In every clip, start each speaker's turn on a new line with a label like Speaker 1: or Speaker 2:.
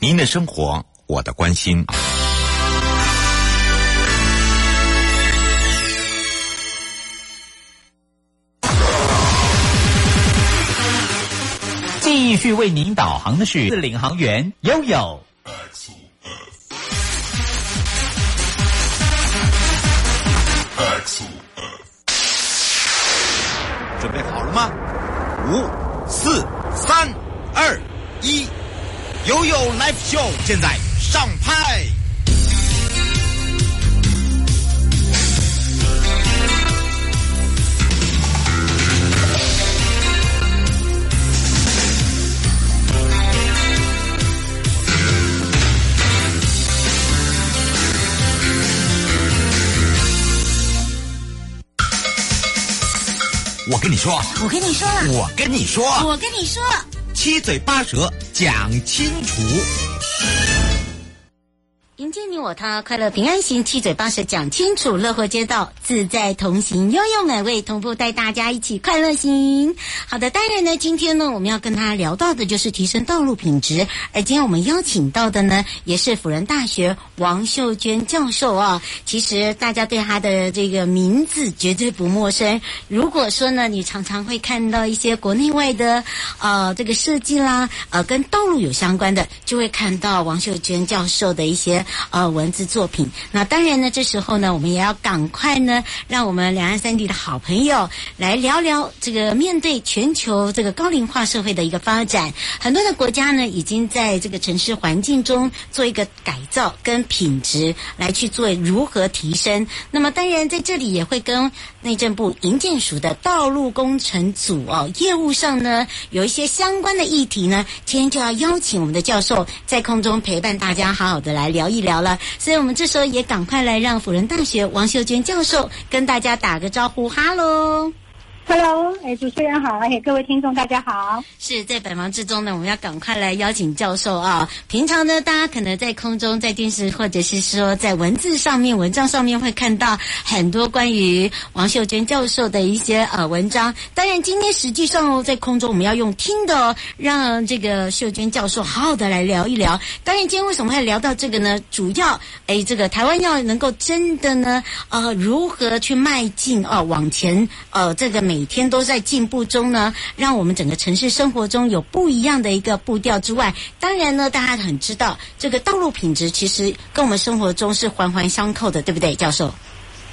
Speaker 1: 您的生活，我的关心。
Speaker 2: 继续为您导航的是领航员悠悠。
Speaker 1: 准备好了吗？五、四、三、二、一，悠悠 Live Show 现在上拍。我跟你说，
Speaker 3: 我跟你说了，
Speaker 1: 我跟你说，
Speaker 3: 我跟你说，啊
Speaker 1: 七嘴八舌讲清楚。
Speaker 3: 迎接你我他，快乐平安行，七嘴八舌讲清楚，乐活街道自在同行，悠悠美味同步带大家一起快乐行。好的，当然呢，今天呢我们要跟大家聊到的就是提升道路品质，而今天我们邀请到的呢也是辅仁大学王秀娟教授啊、其实大家对她的这个名字绝对不陌生。如果说呢你常常会看到一些国内外的呃这个设计啦，呃跟道路有相关的，就会看到王秀娟教授的一些呃文字作品。那当然呢，这时候呢，我们也要赶快呢，让我们两岸三地的好朋友来聊聊这个面对全球这个高龄化社会的一个发展，很多的国家呢已经在这个城市环境中做一个改造跟品质来去做如何提升。那么当然在这里也会跟内政部营建署的道路工程组哦业务上呢有一些相关的议题呢，今天就要邀请我们的教授在空中陪伴大家好好的来聊一聊了。所以我们这时候也赶快来让辅仁大学王秀娟教授跟大家打个招呼，哈喽。
Speaker 4: Hello，哎，主持人好，哎，各位听众大家好。
Speaker 3: 是在百忙之中呢，我们要赶快来邀请教授啊。平常呢，大家可能在空中、在电视或者是说在文字上面、文章上面会看到很多关于王秀娟教授的一些呃文章。当然，今天实际上哦，在空中我们要用听的哦，让这个秀娟教授好好的来聊一聊。当然，今天为什么会聊到这个呢？主要哎，这个台湾要能够真的呢，呃，如何去迈进哦、往前呃，这个每天都在进步中呢，让我们整个城市生活中有不一样的一个步调之外，当然呢，大家很知道这个道路品质其实跟我们生活中是环环相扣的，对不对，教授？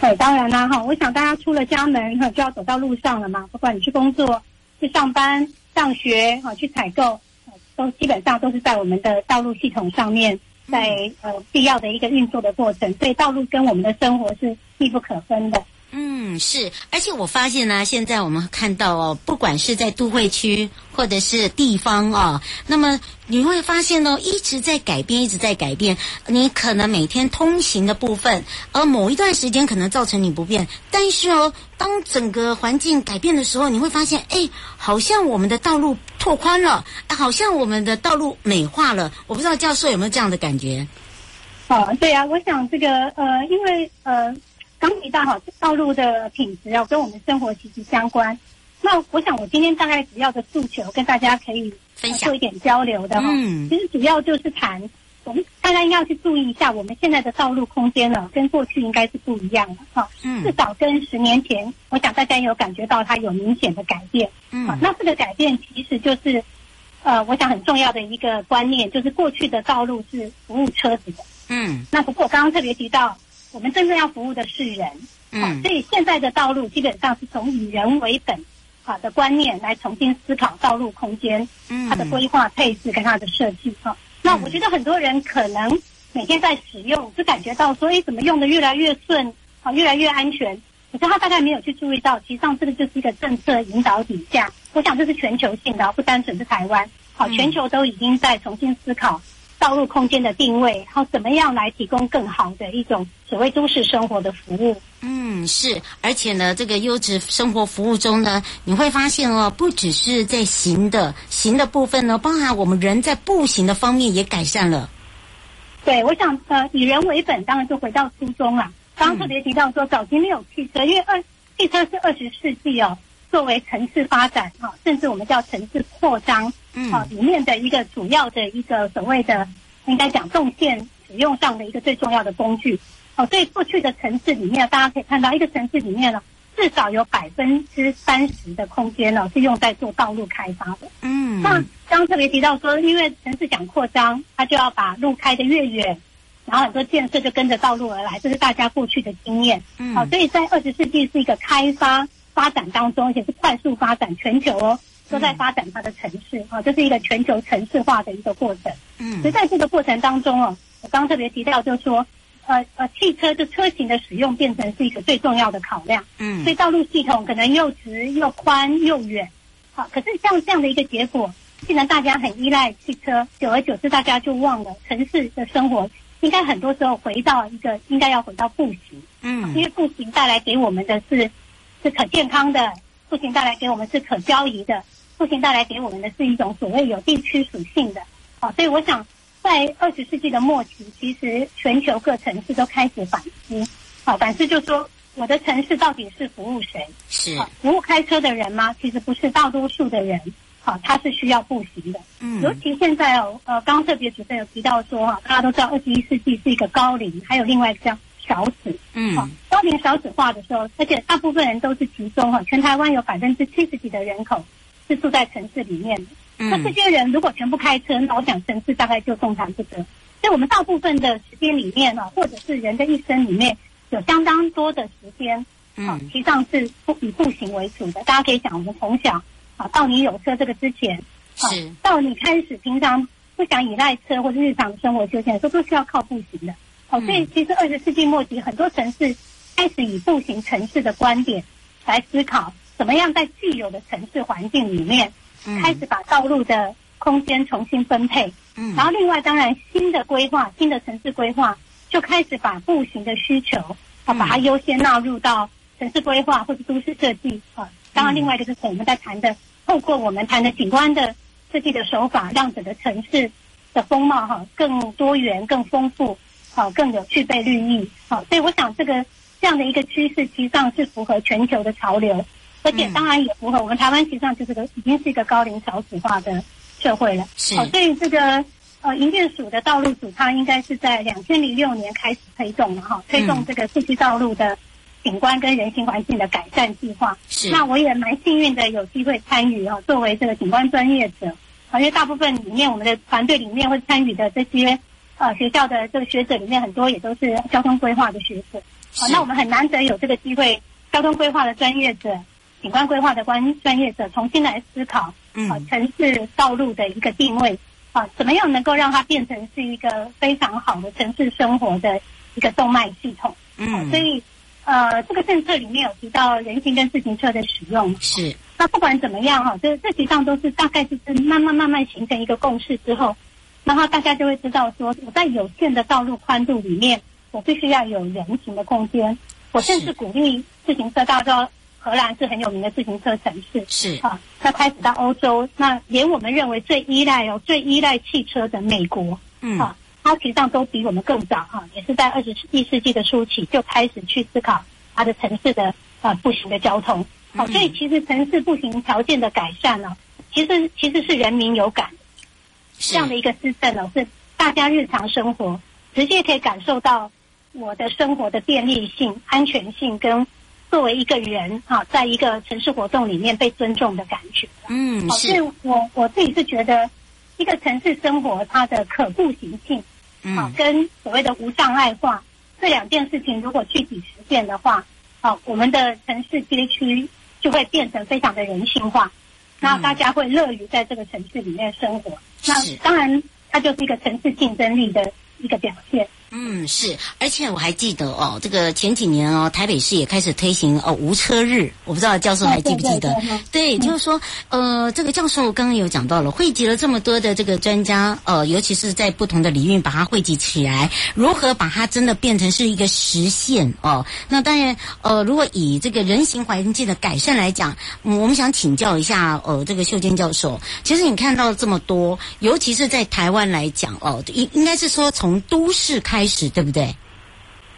Speaker 4: 哎，当然啦哈，我想大家出了家门哈，就要走到路上了嘛。不管你去工作、去上班、上学哈，去采购，呃都基本上都是在我们的道路系统上面，在呃必要的一个运作的过程。所以道路跟我们的生活是密不可分的。
Speaker 3: 嗯，是，而且我发现呢、现在我们看到哦，不管是在都会区或者是地方哦，那么你会发现哦，一直在改变，一直在改变。你可能每天通行的部分，而某一段时间可能造成你不便，但是哦，当整个环境改变的时候，你会发现，哎，好像我们的道路拓宽了，哎好像我们的道路美化了。我不知道教授有没有这样的感觉？
Speaker 4: 啊，对啊，我想这个呃，因为呃，刚提到哈，道路的品质啊，跟我们生活息息相关。那我想我今天大概主要的诉求跟大家可以呃
Speaker 3: 分享
Speaker 4: 做一点交流的哈、哦
Speaker 3: 嗯
Speaker 4: 其实主要就是谈我们大家应该要去注意一下，我们现在的道路空间呢、跟过去应该是不一样的哈、
Speaker 3: 嗯
Speaker 4: 至少跟十年前，我想大家也有感觉到它有明显的改变。
Speaker 3: 嗯
Speaker 4: 好，那这个改变其实就是，呃，我想很重要的一个观念，就是过去的道路是服务车子的。
Speaker 3: 嗯
Speaker 4: 那不过我刚刚特别提到，我们真正要服务的是人，啊
Speaker 3: 嗯
Speaker 4: 所以现在的道路基本上是从以人为本啊的观念来重新思考道路空间
Speaker 3: 嗯，
Speaker 4: 它的规划配置跟它的设计哈、那我觉得很多人可能每天在使用，就感觉到说，哎，怎么用的越来越顺，啊，越来越安全。可是他大概没有去注意到，其实上这个就是一个政策引导底下，我想这是全球性的，不单纯是台湾，好，
Speaker 3: 嗯
Speaker 4: 全球都已经在重新思考道路空间的定位，然后怎么样来提供更好的一种所谓都市生活的服务。
Speaker 3: 嗯，是，而且呢，这个优质生活服务中呢，你会发现哦，不只是在行的行的部分呢，包含我们人在步行的方面也改善了。
Speaker 4: 对，我想呃，以人为本，当然就回到初衷啦。刚刚特别提到说，早期没有汽车，因为二汽车是二十世纪哦，作为城市发展哦哈、甚至我们叫城市扩张哦
Speaker 3: 嗯
Speaker 4: 啊、里面的一个主要的一个所谓的应该讲动线使用上的一个最重要的工具。哦，所以过去的城市里面，大家可以看到，一个城市里面呢，至少有百分之三十的空间呢是用在做道路开发的。
Speaker 3: 嗯，
Speaker 4: 那刚刚特别提到说，因为城市想扩张，它就要把路开得越远，然后很多建设就跟着道路而来，这是大家过去的经验。哦
Speaker 3: 嗯
Speaker 4: 好、所以在二十世纪是一个开发发展当中，而且是快速发展，全球哦都在发展它的城市啊、这是一个全球城市化的一个过程。所以
Speaker 3: 嗯
Speaker 4: 在这个过程当中哦，我刚刚特别提到，就是说，呃呃，汽车的车型的使用变成是一个最重要的考量。
Speaker 3: 嗯
Speaker 4: 所以道路系统可能又直又宽又远，好、可是像这样的一个结果，既然大家很依赖汽车，久而久之大家就忘了城市的生活，应该很多时候回到一个应该要回到步行，因
Speaker 3: 嗯
Speaker 4: 为步行带来给我们的是是可健康的，步行带来给我们是可漂移的，步行带来给我们的是一种所谓有地区属性的，好、所以我想。在二十世纪的末期，其实全球各城市都开始反思，好、反思就说我的城市到底是服务谁？
Speaker 3: 是
Speaker 4: 好，服务开车的人吗？其实不是大多数的人，好、他是需要步行的。
Speaker 3: 嗯
Speaker 4: 尤其现在哦，呃，刚刚特别主持人有提到说啊哈、大家都知道二十一世纪是一个高龄，还有另外一个叫少子，好、
Speaker 3: 嗯
Speaker 4: 高龄少子化的时候，而且大部分人都是集中哈、啊全台湾有百分之七十几的人口是住在城市里面的。那这
Speaker 3: 嗯
Speaker 4: 些人如果全部开车，那我想城市大概就动弹不得。所以我们大部分的时间里面呢、或者是人的一生里面，有相当多的时间啊，
Speaker 3: 嗯
Speaker 4: 提倡是不以步行为主的。大家可以想，我们从小啊，到你有车这个之前，啊
Speaker 3: 是，
Speaker 4: 到你开始平常不想依赖车或者日常生活休闲，都都是要靠步行的。哦、
Speaker 3: 嗯
Speaker 4: 所以其实二十世纪末期，很多城市开始以步行城市的观点来思考，怎么样在既有的城市环境里面，
Speaker 3: 嗯
Speaker 4: 开始把道路的空间重新分配。
Speaker 3: 嗯
Speaker 4: 然后另外当然新的规划、新的城市规划就开始把步行的需求啊，
Speaker 3: 嗯
Speaker 4: 把它优先纳入到城市规划或者都市设计啊。当然，另外一个就是我们在谈的，透过我们谈的景观的设计的手法，让整个城市的风貌哈、更多元、更丰富，好、更有具备绿意。好、所以我想这个这样的一个趋势，其实上是符合全球的潮流，而且
Speaker 3: 嗯
Speaker 4: 当然也符合我们台湾，实际上就是个已经是一个高龄少子化的社会了。啊
Speaker 3: 是
Speaker 4: 好、所以这个呃营建署的道路组，它应该是在两千零六年开始推动的哈、
Speaker 3: 嗯
Speaker 4: 推动这个市区道路的景观跟人行环境的改善计划。
Speaker 3: 是
Speaker 4: 那我也蛮幸运的，有机会参与哈、作为这个景观专业者，啊，因为大部分里面我们的团队里面会参与的这些呃学校的这个学者里面，很多也都是交通规划的学者。啊，
Speaker 3: 是
Speaker 4: 那我们很难得有这个机会，交通规划的专业者、景观规划的专专业者重新来思考，
Speaker 3: 嗯
Speaker 4: 啊，城市道路的一个定位，啊，怎么样能够让它变成是一个非常好的城市生活的一个动脉系统？啊
Speaker 3: 嗯
Speaker 4: 所以，呃，这个政策里面有提到人行跟自行车的使用，
Speaker 3: 是
Speaker 4: 那不管怎么样哈、这这实际上都是大概就是慢慢慢慢形成一个共识之后，然后大家就会知道说，我在有限的道路宽度里面，我必须要有人行的空间。我甚
Speaker 3: 是
Speaker 4: 至鼓励自行车，大家知道荷兰是很有名的自行车城市
Speaker 3: 是
Speaker 4: 啊。那开始到欧洲，那连我们认为最依赖哦、最依赖汽车的美国
Speaker 3: 嗯
Speaker 4: 啊，它实际上都比我们更早啊，也是在二十一世纪的初期就开始去思考它的城市的啊步行的交通。好、
Speaker 3: 嗯
Speaker 4: 所以其实城市步行条件的改善呢、其实其实是人民有感
Speaker 3: 是
Speaker 4: 这样的一个施政呢、是大家日常生活直接可以感受到我的生活的便利性、安全性跟作为一个人啊，在一个城市活动里面被尊重的感觉。
Speaker 3: 嗯
Speaker 4: 好、哦所以
Speaker 3: 是
Speaker 4: 我我自己是觉得一个城市生活它的可步行性。啊
Speaker 3: 嗯，
Speaker 4: 跟所谓的无障碍化这两件事情，如果具体实现的话，啊，我们的城市街区就会变成非常的人性化，那大家会乐于在这个城市里面生活。
Speaker 3: 嗯是
Speaker 4: 那当然，它就是一个城市竞争力的一个表现。
Speaker 3: 嗯是，而且我还记得哦，这个前几年哦，台北市也开始推行哦无车日，我不知道教授还记不记得
Speaker 4: 对？对对对
Speaker 3: 对，就是说，呃，这个教授刚刚有讲到了，汇集了这么多的这个专家，呃，尤其是在不同的领域把它汇集起来，如何把它真的变成是一个实现哦？那当然，呃，如果以这个人行环境的改善来讲，嗯我们想请教一下，呃，这个秀娟教授，其实你看到这么多，尤其是在台湾来讲，哦，应应该是说从都市开始，对不对？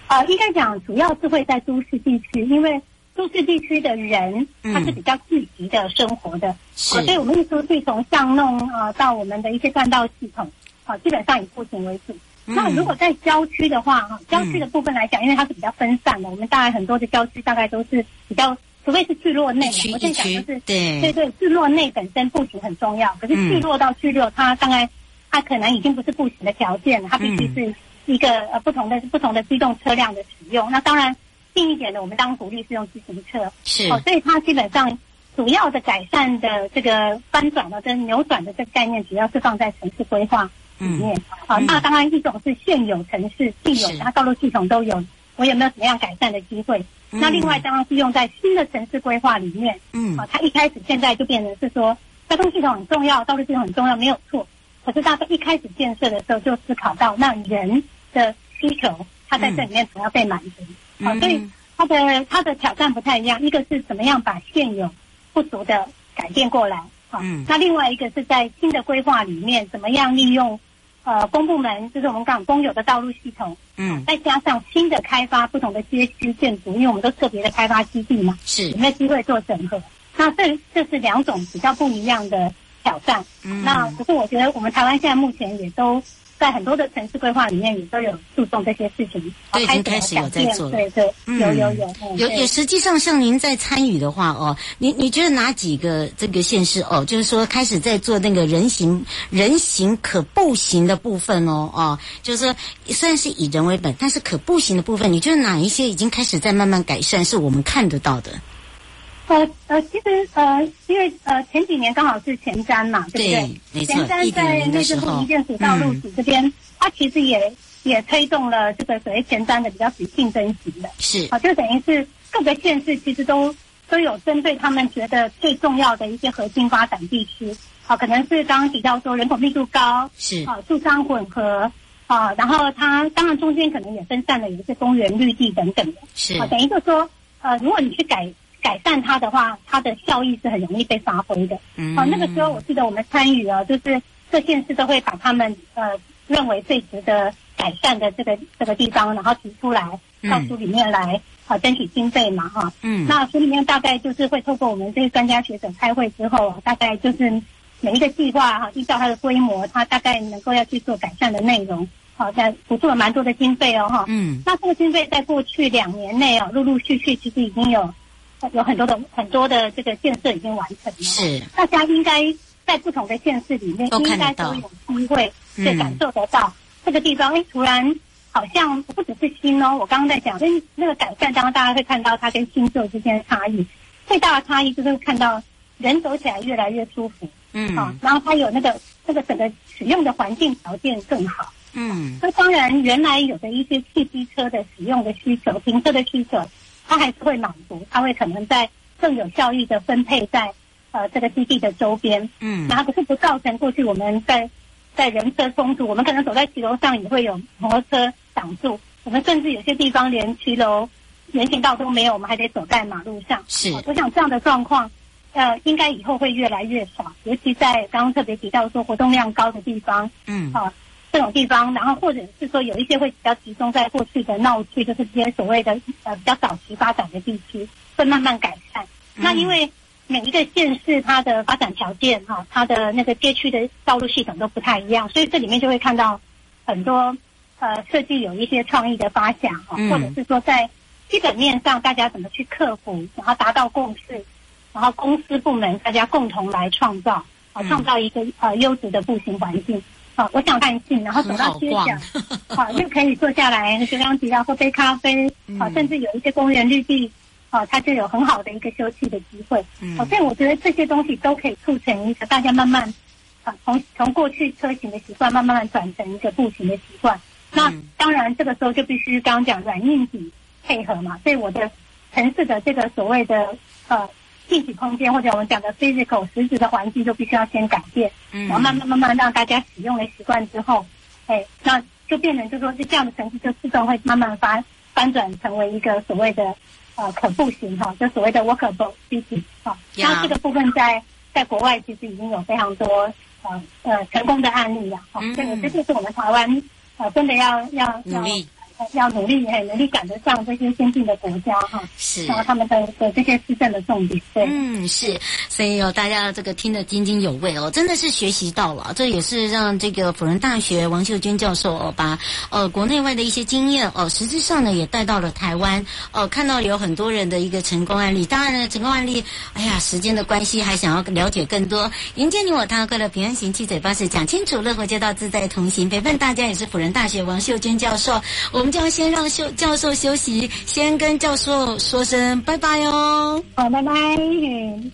Speaker 4: 呃，应该讲主要是会在都市地区，因为都市地区的人
Speaker 3: 嗯
Speaker 4: 他是比较聚集的生活的，
Speaker 3: 是
Speaker 4: 呃啊所以我们一出去从巷弄啊、呃到我们的一些干道系统，啊，基本上以步行为主。
Speaker 3: 嗯
Speaker 4: 那如果在郊区的话，哈，郊区的部分来讲，因为它是比较分散的，我们大概很多的郊区大概都是比较，除非是聚落内
Speaker 3: 一区，
Speaker 4: 我
Speaker 3: 一
Speaker 4: 现在
Speaker 3: 区
Speaker 4: 讲就是，对
Speaker 3: 对，
Speaker 4: 对，聚落内本身布局很重要，可是聚落到聚落，它大概它可能已经不是步行的条件了，它必须是一个呃不同的不同的机动车辆的使用。那当然近一点的，我们当然鼓励是用自行车，
Speaker 3: 是
Speaker 4: 哦，所以它基本上主要的改善的这个翻转的跟扭转的这个概念，主要是放在城市规划里面。啊、那当然一种是现有城市既有
Speaker 3: 是
Speaker 4: 它道路系统都有，我有没有什么样改善的机会？那另外当然是用在新的城市规划里面。
Speaker 3: 嗯
Speaker 4: 啊，它一开始现在就变成是说交通系统很重要，道路系统很重要，没有错。可是大家一开始建设的时候就思考到，那人的需求，它在这里面怎么样被满足？
Speaker 1: 嗯
Speaker 4: 好、所以它的它的挑战不太一样，一个是怎么样把现有不足的改变过来，啊，
Speaker 1: 嗯
Speaker 4: 那另外一个是在新的规划里面，怎么样利用呃公部门，就是我们港公有的道路系统，
Speaker 1: 嗯
Speaker 4: 再加上新的开发不同的街区建筑，因为我们都特别的开发基地嘛，
Speaker 3: 是
Speaker 4: 有没有机会做整合？那这这是两种比较不一样的挑战。
Speaker 3: 嗯
Speaker 4: 那可是我觉得我们台湾现在目前也都在很多的城市规划里面也都有注重这些事情，哦
Speaker 3: 对已经开始
Speaker 4: 始
Speaker 3: 有
Speaker 4: 有
Speaker 3: 在做了
Speaker 4: 对对，有有有嗯
Speaker 3: 有
Speaker 4: 对
Speaker 3: 有，实际上像您在参与的话哦，你你觉得哪几个这个县市哦，就是说开始在做那个人行人行可步行的部分哦哦，就是说虽然是以人为本，但是可步行的部分，你觉得哪一些已经开始在慢慢改善，是我们看得到的？
Speaker 4: 呃呃，其实呃，因为呃前几年刚好是前瞻嘛，对不
Speaker 3: 对
Speaker 4: 对？
Speaker 3: 没错
Speaker 4: 前瞻在
Speaker 3: 1.0的
Speaker 4: 内
Speaker 3: 时
Speaker 4: 政
Speaker 3: 候嗯
Speaker 4: 部一建署道路署这边，它其实也也推动了这个所谓前瞻的比较属于竞争型的，
Speaker 3: 是
Speaker 4: 啊，就等于是各个县市其实都都有针对他们觉得最重要的一些核心发展地区，啊，可能是刚刚提到说人口密度高，
Speaker 3: 是
Speaker 4: 啊，住商混合。啊，然后它当然中间可能也分散了，有一些公园绿地等等的。
Speaker 1: 嗯
Speaker 3: 是
Speaker 4: 啊，等于就说，呃，如果你去改改善它的话，它的效益是很容易被发挥的。
Speaker 1: 嗯
Speaker 4: 啊，那个时候我记得我们参与啊，就是各县市都会把他们呃认为最值得改善的这个这个地方，然后提出来到书里面来啊争取经费嘛哈、
Speaker 1: 嗯
Speaker 4: 那书里面大概就是会透过我们这些专家学者开会之后啊，大概就是每一个计划哈、依照它的规模，它大概能够要去做改善的内容，好、在补助了蛮多的经费哦哈、
Speaker 1: 嗯
Speaker 4: 那这个经费在过去两年内啊，陆陆续续其实已经有有很多的很多的这个建设已经完成了。
Speaker 3: 是，
Speaker 4: 大家应该在不同的县市里面
Speaker 3: 都，看
Speaker 4: 应
Speaker 3: 得
Speaker 4: 该
Speaker 3: 到嗯
Speaker 4: 都有机会去感受得到这个地方。哎、突然好像不只是新哦，我刚刚在讲，就是那个改善，当中大家会看到它跟新旧之间的差异。最大的差异就是看到人走起来越来越舒服，
Speaker 1: 嗯
Speaker 4: 啊，然后它有那个那个整个使用的环境条件更好。
Speaker 1: 嗯
Speaker 4: 那当然，原来有的一些汽机车的使用的需求、停车的需求，它还是会满足，它会可能在更有效益的分配在呃这个基地的周边，
Speaker 1: 嗯
Speaker 4: 然后可是不造成过去我们在在人车冲突，我们可能走在骑楼上也会有摩托车挡住，我们甚至有些地方连骑楼人行道都没有，我们还得走在马路上。
Speaker 3: 是
Speaker 4: 哦我想这样的状况，呃，应该以后会越来越少，尤其在刚刚特别提到说活动量高的地方，
Speaker 1: 嗯
Speaker 4: 啊这种地方，然后或者是说有一些会比较集中在过去的闹区，就是这些所谓的呃比较早期发展的地区，会慢慢改善。那
Speaker 1: 嗯
Speaker 4: 因为每一个县市它的发展条件哈、它的那个街区的道路系统都不太一样，所以这里面就会看到很多呃设计有一些创意的发想哈、
Speaker 1: 嗯
Speaker 4: 或者是说在基本面上大家怎么去克服，然后达到共识，然后公司部门大家共同来创造啊，
Speaker 3: 嗯
Speaker 4: 创造一个呃优质的步行环境。啊，我想干净，然后走
Speaker 3: 很
Speaker 4: 到
Speaker 3: 好
Speaker 4: 街
Speaker 3: 逛
Speaker 4: 角， 啊，又可以坐下来，就刚刚提到喝杯咖啡，啊，
Speaker 3: 嗯
Speaker 4: 甚至有一些公园绿地，啊，它就有很好的一个休憩的机会。
Speaker 1: 嗯
Speaker 4: 啊，所以我觉得这些东西都可以促成一个大家慢慢，啊，从从过去车型的习惯，慢慢慢转成一个步行的习惯。那
Speaker 1: 嗯
Speaker 4: 当然，这个时候就必须刚刚讲软硬体配合嘛。所以我的城市的这个所谓的呃硬体空间，或者我们讲的 physical 实质的环境，就必须要先改变。
Speaker 1: 嗯
Speaker 4: 然后慢慢慢慢让大家使用了习惯之后，哎，那就变成就说是这样的城市就自动会慢慢发翻转成为一个所谓的呃可步行哈、就所谓的 workable city 哈、
Speaker 3: 呀
Speaker 4: 那这个部分在在国外其实已经有非常多呃呃成功的案例了哈、
Speaker 1: 嗯
Speaker 4: 这个这就是我们台湾呃真的要要
Speaker 3: 努力
Speaker 4: 要。呃要努力，很努力赶得上这些先进的国家哈，
Speaker 3: 是
Speaker 4: 然后他们的的这些施政的重点，对，
Speaker 3: 嗯，是，所以哦，大家这个听得津津有味哦，真的是学习到了，这也是让这个辅仁大学王秀娟教授哦，把呃国内外的一些经验哦，实质上呢也带到了台湾哦，看到有很多人的一个成功案例。当然呢，成功案例，哎呀，时间的关系，还想要了解更多。迎接你我他，快乐平安行，七嘴八舌讲清楚，乐活街道自在同行，陪伴大家也是辅仁大学王秀娟教授。我们就要先让秀教授休息，先跟教授说声拜拜哦。
Speaker 4: 好，拜拜。嗯